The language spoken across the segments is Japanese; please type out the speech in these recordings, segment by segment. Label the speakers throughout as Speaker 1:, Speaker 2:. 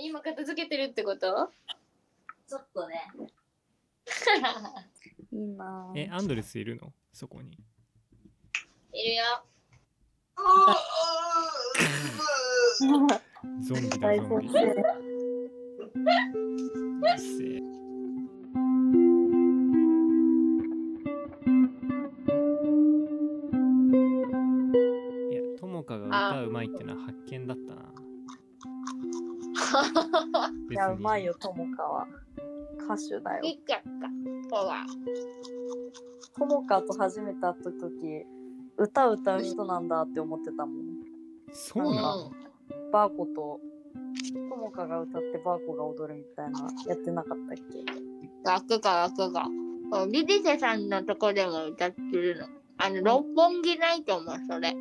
Speaker 1: 今片付けてるってこと
Speaker 2: ちょっとね。
Speaker 3: 今。
Speaker 4: え、アンドレスいるのそこに。
Speaker 1: いるよ。
Speaker 4: ゾンビだ、
Speaker 3: 大
Speaker 4: ゾンビ。
Speaker 3: 先
Speaker 4: うっ
Speaker 3: 生。
Speaker 4: せえいや、ともかが歌うまいってのは発見だったな。
Speaker 3: いや、
Speaker 4: 別
Speaker 3: う
Speaker 4: に
Speaker 3: まいよ、ともかは。歌手だよ。
Speaker 1: いっかっか。ほら。
Speaker 3: ともかと初めて会った時、歌歌う人なんだって思ってたもん。
Speaker 4: そうなの
Speaker 1: ん。
Speaker 3: バーコと、ともかが歌ってバーコが踊るみたいな、やってなかったっけ
Speaker 1: 楽か楽か。そうリリセさんのとこでも歌ってるの。あの、六本木ないと思う、それ。
Speaker 4: はいはい。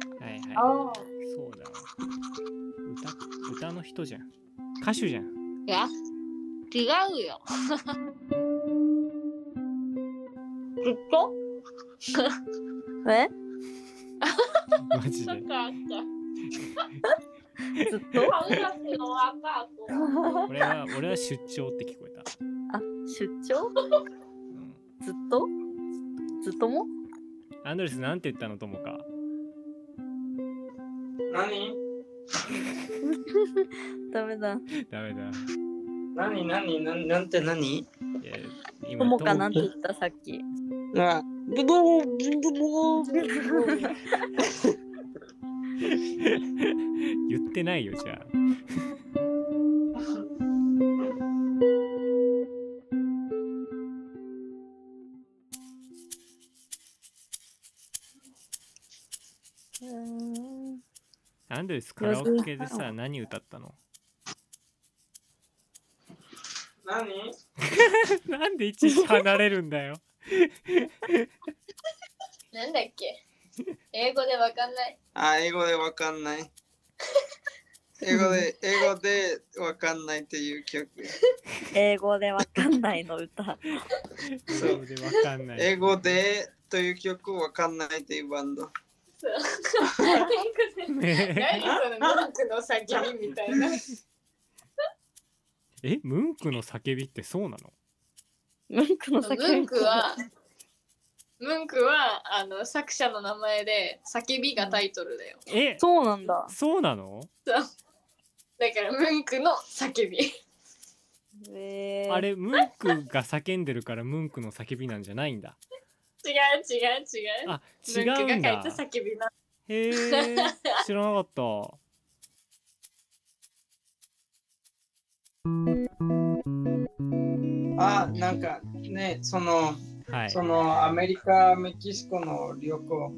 Speaker 3: ああ。
Speaker 4: そうだわ歌歌の人じゃん歌手じゃん
Speaker 1: いや、違うよ。ずっと
Speaker 3: え
Speaker 4: マジ
Speaker 1: な
Speaker 4: で
Speaker 1: んかあっ。
Speaker 3: ずったと
Speaker 1: 歯ブラシのワンパート。
Speaker 4: 俺は俺は出張って聞こえた、
Speaker 3: あ、出張
Speaker 4: うん、
Speaker 3: ずっとずっとも
Speaker 4: アンドレスなんて言ったのともか
Speaker 5: 何
Speaker 3: ダメだ。
Speaker 4: ダメだ
Speaker 5: 何何何なんて何
Speaker 4: いや今
Speaker 3: ともか
Speaker 4: と
Speaker 3: なんて言ったさっき。
Speaker 5: あ、ブドウブドウ
Speaker 4: 言ってないよじゃあ
Speaker 3: うーん
Speaker 4: アンドレスカラオケでさ何歌ったの
Speaker 5: 何
Speaker 4: なんでいちいち離れるんだよ
Speaker 1: なんだっけ英語でわかんない。
Speaker 5: あ、英語でわかん ない。英語で、英語でわかんないっていう曲。
Speaker 3: 英語でわかんないの歌。
Speaker 4: そううでわかんない
Speaker 5: 英語 でという曲わかんないっていうバンド。
Speaker 1: そう。
Speaker 4: ね
Speaker 1: 何その文句の叫びみたいな。
Speaker 4: えムンクの叫びってそうなの
Speaker 3: 文句の叫び。
Speaker 1: ムンクは、ムンクはあの作者の名前で、叫びがタイトルだよ。
Speaker 4: え
Speaker 3: そうなんだ。
Speaker 4: そうなの
Speaker 1: だから、ムンクの叫び。
Speaker 3: えー、
Speaker 4: あれムンクが叫んでるからムンクの叫びなんじゃないんだ
Speaker 1: 違う違う違う。
Speaker 4: あ違
Speaker 1: ムン
Speaker 4: う
Speaker 1: ク
Speaker 4: ん
Speaker 1: が書
Speaker 4: だ
Speaker 1: いた叫びな。
Speaker 4: へえ知らなかった
Speaker 5: あ、なんかね、その、
Speaker 4: はい。
Speaker 5: そのアメリカ、メキシコの旅行。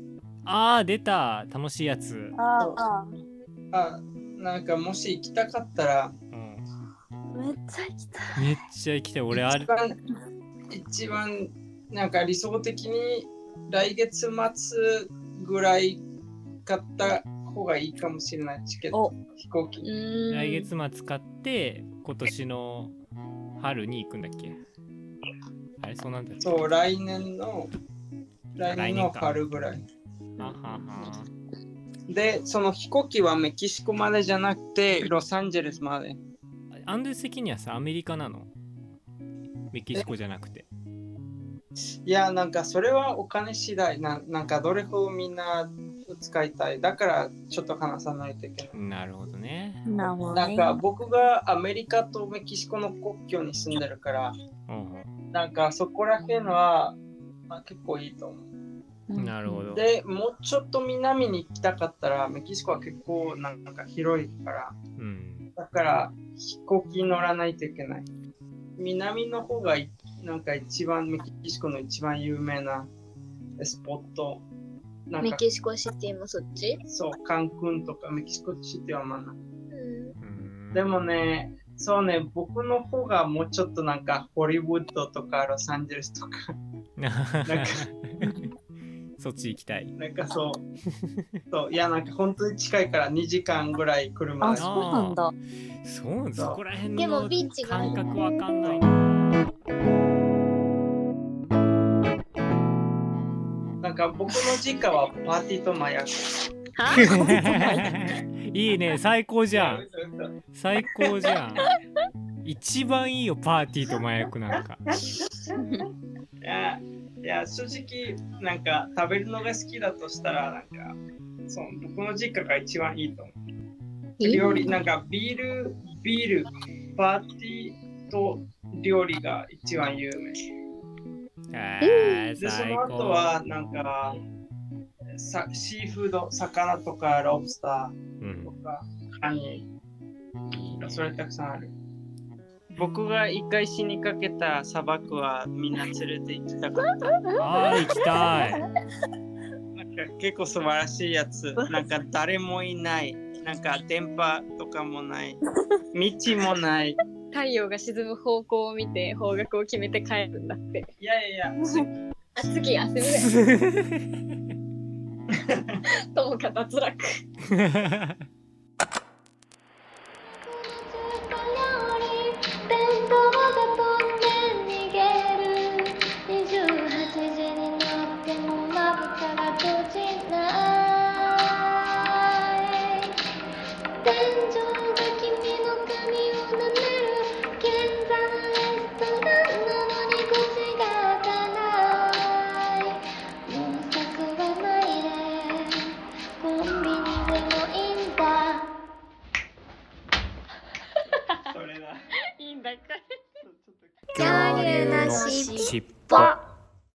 Speaker 4: ああ、出た。楽しいやつ。
Speaker 3: あーあ
Speaker 5: あ、なんかもし行きたかったら、
Speaker 4: うん、
Speaker 3: ーめっちゃ行きたい。
Speaker 4: めっちゃ行きたい。俺、あ
Speaker 5: 一
Speaker 4: れ、
Speaker 5: 番、一番なんか理想的に来月末ぐらい買った方がいいかもしれないチケット
Speaker 3: お、
Speaker 5: 飛行機。
Speaker 4: 来月末買って、今年の春に行くんだっけあれ、そうなんだっけ
Speaker 5: そう、来年の、来年の春ぐらい。
Speaker 4: あはは
Speaker 5: で、その飛行機はメキシコまでじゃなくて、ロサンゼルスまで。
Speaker 4: アンドレス的にはさ、アメリカなのメキシコじゃなくて。
Speaker 5: いや、なんかそれはお金次第な、なんかどれほどみんな使いたい。だからちょっと話さないといけない。
Speaker 4: なるほどね。
Speaker 3: なも
Speaker 5: なんか僕がアメリカとメキシコの国境に住んでるから、
Speaker 4: うん
Speaker 5: なんかそこら辺は、まあ、結構いいと思う。
Speaker 4: うん、なるほど。
Speaker 5: で、もうちょっと南に行きたかったら、メキシコは結構なんか広いから、
Speaker 4: うん。
Speaker 5: だから飛行機乗らないといけない。南の方がいなんか一番メキシコの一番有名なスポット。なん
Speaker 1: メ
Speaker 5: か
Speaker 1: キシコシティもそっち
Speaker 5: そう、カンクンとかメキシコシティはまあな
Speaker 1: うん。
Speaker 4: うん
Speaker 5: でも、ね、そうね、僕の方がもうちょっとなんかホリウッドとかロサンゼルスとか、なんか
Speaker 4: そっち行きたい。
Speaker 5: なんかそう、そういやなんか本当に近いから2時間ぐらい車
Speaker 3: あ、
Speaker 5: で。
Speaker 3: そうなんだ。
Speaker 4: そうなんです。そこら辺
Speaker 1: でも
Speaker 4: の
Speaker 1: ビーチがある
Speaker 4: 感覚わか んないな。
Speaker 5: なんか僕の実家はパーティーと麻薬。
Speaker 1: はい
Speaker 4: いいね、最高じゃん。最高じゃん。一番いいよパーティーと麻薬なんか
Speaker 5: いやいや正直なんか食べるのが好きだとしたらなんかそう僕の実家が一番いいと思う料理なんかビールビールパーティーと料理が一番有名
Speaker 4: あー
Speaker 5: でそ
Speaker 4: 最
Speaker 5: の後
Speaker 4: 高
Speaker 5: はなんかさシーフード魚とかロブスタ
Speaker 4: う
Speaker 5: ーと
Speaker 4: ん
Speaker 5: かカニそれたくさんある僕が一回死にかけた砂漠はみんな連れて行きたかった
Speaker 4: あー行きたい
Speaker 5: なんか結構素晴らしいやつ。なんか誰もいない。なんか電波とかもない。道もない。
Speaker 6: 太陽が沈む方向を見て方角を決めて帰るんだって
Speaker 5: いやいやいや、
Speaker 6: あ次焦るやともか脱落
Speaker 7: コンビニでもいいんだ
Speaker 5: それだ。
Speaker 6: いいんだか
Speaker 7: 恐竜の
Speaker 4: 尻
Speaker 7: 尻
Speaker 4: 尾
Speaker 7: 尾